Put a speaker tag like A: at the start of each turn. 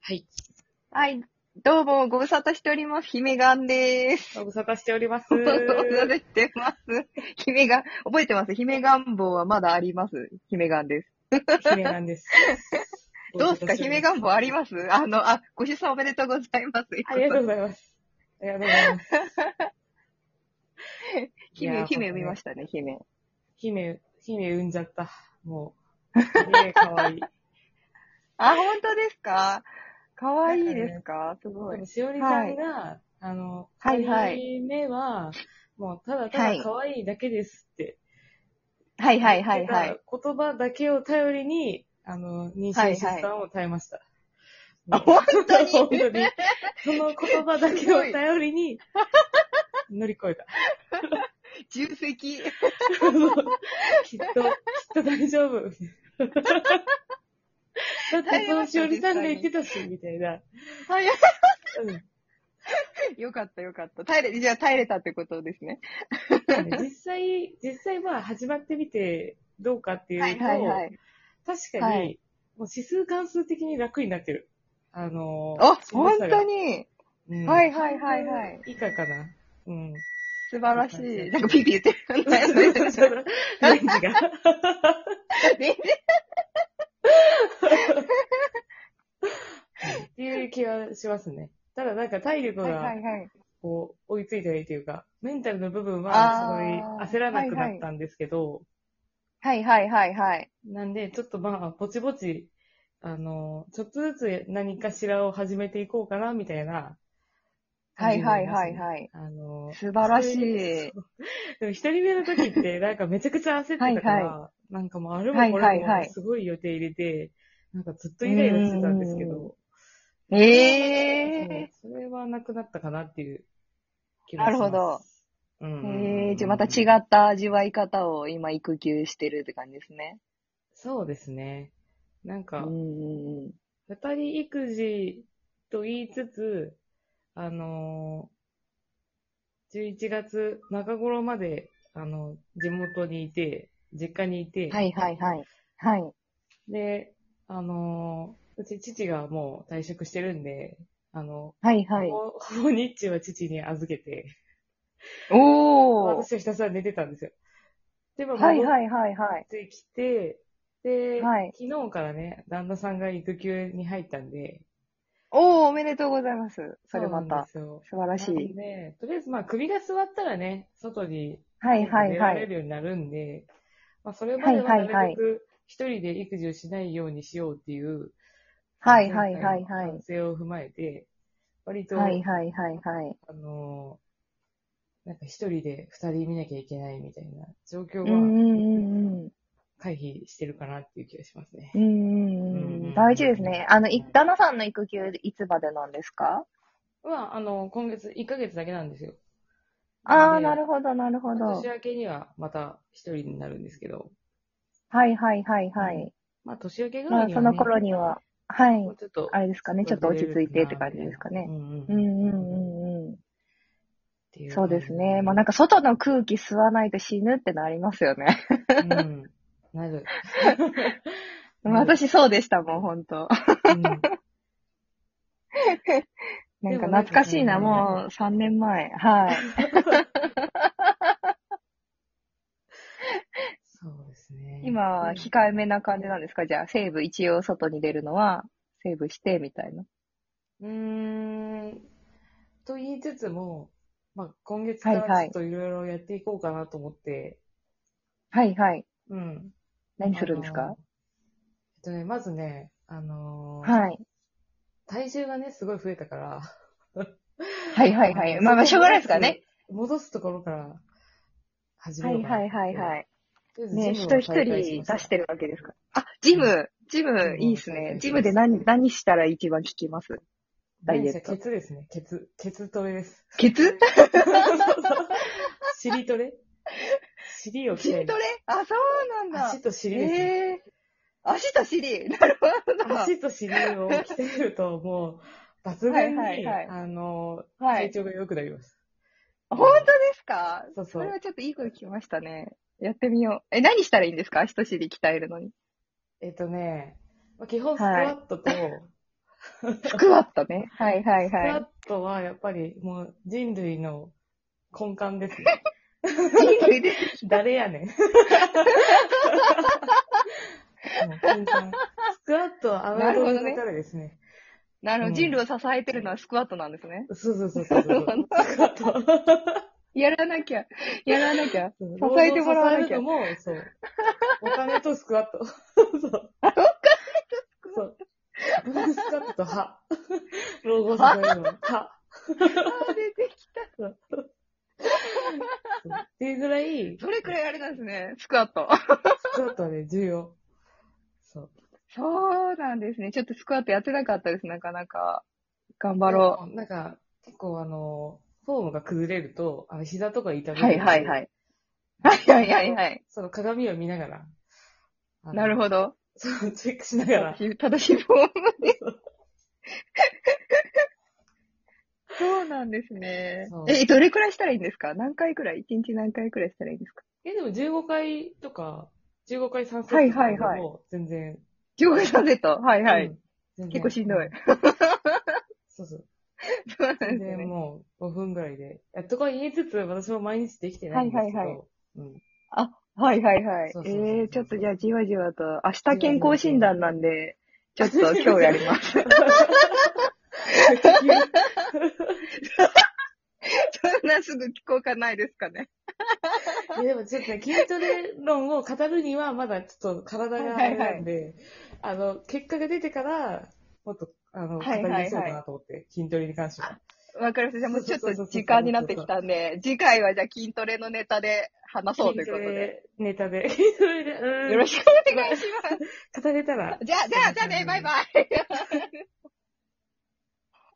A: はい。
B: はい、どうも、ご無沙汰しております。姫がんでーす。
A: ご無沙汰しております。
B: ご無沙汰してます。姫が、覚えてます姫願望はまだあります。姫がんです。
A: 姫なん です。
B: どうですか姫願望ありますあの、あ、ご出産おめでとうございます。
A: ありがとうございます。ありがとうございます。いや
B: 姫、
A: ー
B: 姫見ましたね、姫。
A: 姫、姫産んじゃった。も う。すげえかわいい。
B: あ、本当ですかかわいいですかすご
A: で
B: い
A: も。しおりさんが、あの、
B: はいはい
A: 二人目は、もうただ
B: は
A: た
B: い
A: だ可愛いだけですって。
B: はいはいはいは
A: 言っ
B: い
A: て。た言葉だけを頼りに、あの、妊
B: はいは
A: 娠
B: い
A: 出産を耐えました。
B: あ、本当 に
A: 本当にその言葉だけを頼り に、乗り越えた。
B: 重責。
A: きっと、きっと大丈 夫。だって、そのしおりさんが言ってたし、みたいな。
B: はい
A: うん
B: よかったよかった。耐えれ、じゃあ耐えれたってことですね。
A: 実際、実際は始まってみてどうかっていうと、
B: はいはいはい。
A: 確かに、
B: はい
A: もう指数関数的に楽になってる。あの
B: あ、本当
A: に、
B: に
A: うん
B: はいはいはいはい。
A: 以下かな。うん。
B: 素晴らしい。なんかピーピー言ってるんだよね。
A: レンジが。 っていう気はしますね。ただなんか体力
B: はいは
A: が
B: いはい。
A: こう追いついてないというか、メンタルの部分
B: あ
A: は
B: ー
A: すごい焦らなくなったんですけど、
B: はいはいはいはい。
A: なんでちょっとまあ、ぼちぼち、あの、ちょっとずつ何かしらを始めていこうかな、みたいな。
B: はいはいはいはい。
A: あの、
B: 素晴らしい。
A: そでも一人目の時 って、なんかめちゃくちゃ焦ってたから、
B: はい
A: なんかもうあれもこ
B: はい
A: れ
B: はいは
A: も
B: い
A: すごい予定入れて、なんかずっとイライラしてたんですけど、
B: ええ
A: そうそれはなくなったかなっていう気
B: なるほど。
A: うんうんうんうん
B: ええじゃあまた違った味わい方を今育休してるって感じですね。
A: そうですね。なん
B: う
A: か、
B: んうんうん。
A: 二人育児と言いつつ、あのー、11月中頃まで、あの、地元にいて、実家にいて、
B: はいはいはい。はい。
A: で、あのー、うち父がもう退職してるんで、あの、
B: はいはい。
A: ほぼほぼ日中は父に預けて、
B: おー。
A: 私はひたすら寝てたんですよ。でも、
B: はい
A: 戻
B: はいはいはい
A: っ。てきて、で、
B: はい
A: 昨日からね、旦那さんが育休に入ったんで、
B: おー、おめでとうございます。それま
A: うなん
B: た
A: で。すよ。
B: 素晴らし
A: なん
B: い。
A: で、とりあえずまあ首が座ったらね、外に
B: はいはい
A: 出ら
B: は
A: れ
B: い。
A: るようになるんで、まあそれまではなるべく一人で育児をしないようにしようっていう、
B: はいはいはいはい
A: 反省を踏まえて、割と、
B: はいはいはいはい。
A: あのーなんか一人で二人見なきゃいけないみたいな状
B: う
A: 況
B: んう
A: は
B: んうん
A: 回避してるかなっていう気がしますね。
B: うん。うんうん
A: う
B: うんん。大事ですね。あの、い旦那さんの育休いつまでなんですか
A: は、あの、今月1ヶ月だけなんですよ。
B: ああ、な
A: ほ
B: るほどなるほど。
A: 年明けにはまた一人になるんですけど、
B: はいはいはいはい。
A: まあ年明けぐ
B: ま
A: らい
B: あ、
A: に
B: そ
A: は、ね、
B: の頃には、はい
A: もう。ちょっと、
B: あれですかね、ちょっと落ち着いてって感じですか
A: う
B: ね。
A: んうん。っ
B: うんうんうんうん。
A: てい
B: そうですね。まあ
A: な、
B: なんか外の空気吸わないと死ぬってなりますよね。
A: うん、なる。
B: 私そうでしたもん、本 当
A: うん、
B: なんか懐かしいな、
A: でもなんか
B: もう3年前。はい。
A: そうですね。
B: 今は控えめな感じなんですかじゃあ、セーブ一応外に出るのは、セーブして、みたいな。
A: うーん、と言いつつも、まあ、今月から
B: はいはい
A: ちょっといろいろやっていこうかなと思って、
B: はいはい。
A: うん。
B: 何するんです
A: あ
B: か
A: のえっとね、まずね、あのー
B: はい。
A: 体重がね、すごい増えたから、
B: はいはいはい。まあまあ、しょうがないですからね。。
A: 戻すところから始
B: は
A: めよ
B: いう
A: かな
B: はいはいはい。
A: とりあえず
B: ね、
A: ジ
B: 人
A: ムを
B: 一人
A: 再開し
B: 出
A: また
B: してるわけですから。あ、ジム、ジム、いいっすね。ジムで何、何したら一番効きますダイエット
A: 何でしたケツですね。ケツ。ケツトレです。
B: ケツ
A: 尻トレ尻を鍛え
B: 筋
A: る
B: トレあ、そうなん
A: 足
B: だ。
A: と尻ですね。
B: ええー。足と尻なるほど。
A: 足と尻を鍛えると、もう、抜群に、
B: はいはいはい
A: あの、
B: はい
A: 体。調が良くなります。
B: 本当ですか
A: そうそう
B: れはちょっといい声聞きましたね。やってみよう。え、何したらいいんですか足と尻鍛えるのに。
A: えっとね、まあ基本スクワットと、
B: スクワットね。はいはい
A: スクワ
B: は
A: ットはやっぱりもう人類の根幹ですね。
B: い。人類で、
A: 誰やねん。 もう根幹スクワットはアナログだからですね。
B: なるほ
A: うん
B: ど、人類を支えてるのはスクワットなんですね。
A: そうそうそうそうそう。スクワット。
B: やらなきゃ、やらなき ゃ。
A: そう
B: 支えてもらわなきゃ
A: 労働を支えるのも、そ う。お金とスクワット。そう。そう。スクワットと歯。老後を支えるのも歯。
B: あー出てき
A: そうっていうぐらい、
B: た。それくらいあれなんですね、スクワット。
A: スクワットはね、重要。そう。
B: そうなんですね。ちょっとスクワットやってなかったです、なかなか。頑張ろ
A: う。なんか、結構あの、フォームが崩れると、あの膝とか痛
B: う。
A: める。
B: はいはいはい。はいはいはいはい。
A: その鏡を見ながら。あの
B: なるほど。
A: そう、チェックしながら。
B: 正しいフォームで。 そうなんですね
A: そう。
B: え、どれくらいしたらいいんですか何回くらい ?1 日何回くらいしたらいいんですか
A: え、でも15回とか、15回3セットとか
B: は
A: で
B: いはいはい
A: も全然。
B: ?15 回3セット。はいはい。
A: うん全然
B: 結構しんどい。
A: そうそ
B: そ
A: う。
B: うなん です
A: 全
B: ね
A: 然。もう5分ぐらいで。やっとか言いつつ、私も毎日できてないんですけど。
B: はいはいは
A: うん。
B: あ、はいはいはい
A: そう。そ
B: え
A: うそうそう
B: ー、ちょっとじゃあじわじわと、明日健康診断なんで、ちょっと今日やり ます。そんなすぐ聞こうかないですかね。
A: いやでもちょっとね、筋トレ論を語るには、まだちょっと体があれなんで、あの、結果が出てから、もっと、あの、語
B: はいはいはい
A: りそうだなと思って、筋トレに関しては。
B: わかりました。じゃあもうちょっ
A: そうそう
B: と
A: そうそう
B: 時間になってきたんで、次回はじゃあ筋トレのネタで話そうということで。
A: 筋トレネタで。筋トレで、うーん
B: よろしくお願いします。
A: 語れたら。
B: じゃあ、じゃあ、じゃあね、バイバイ。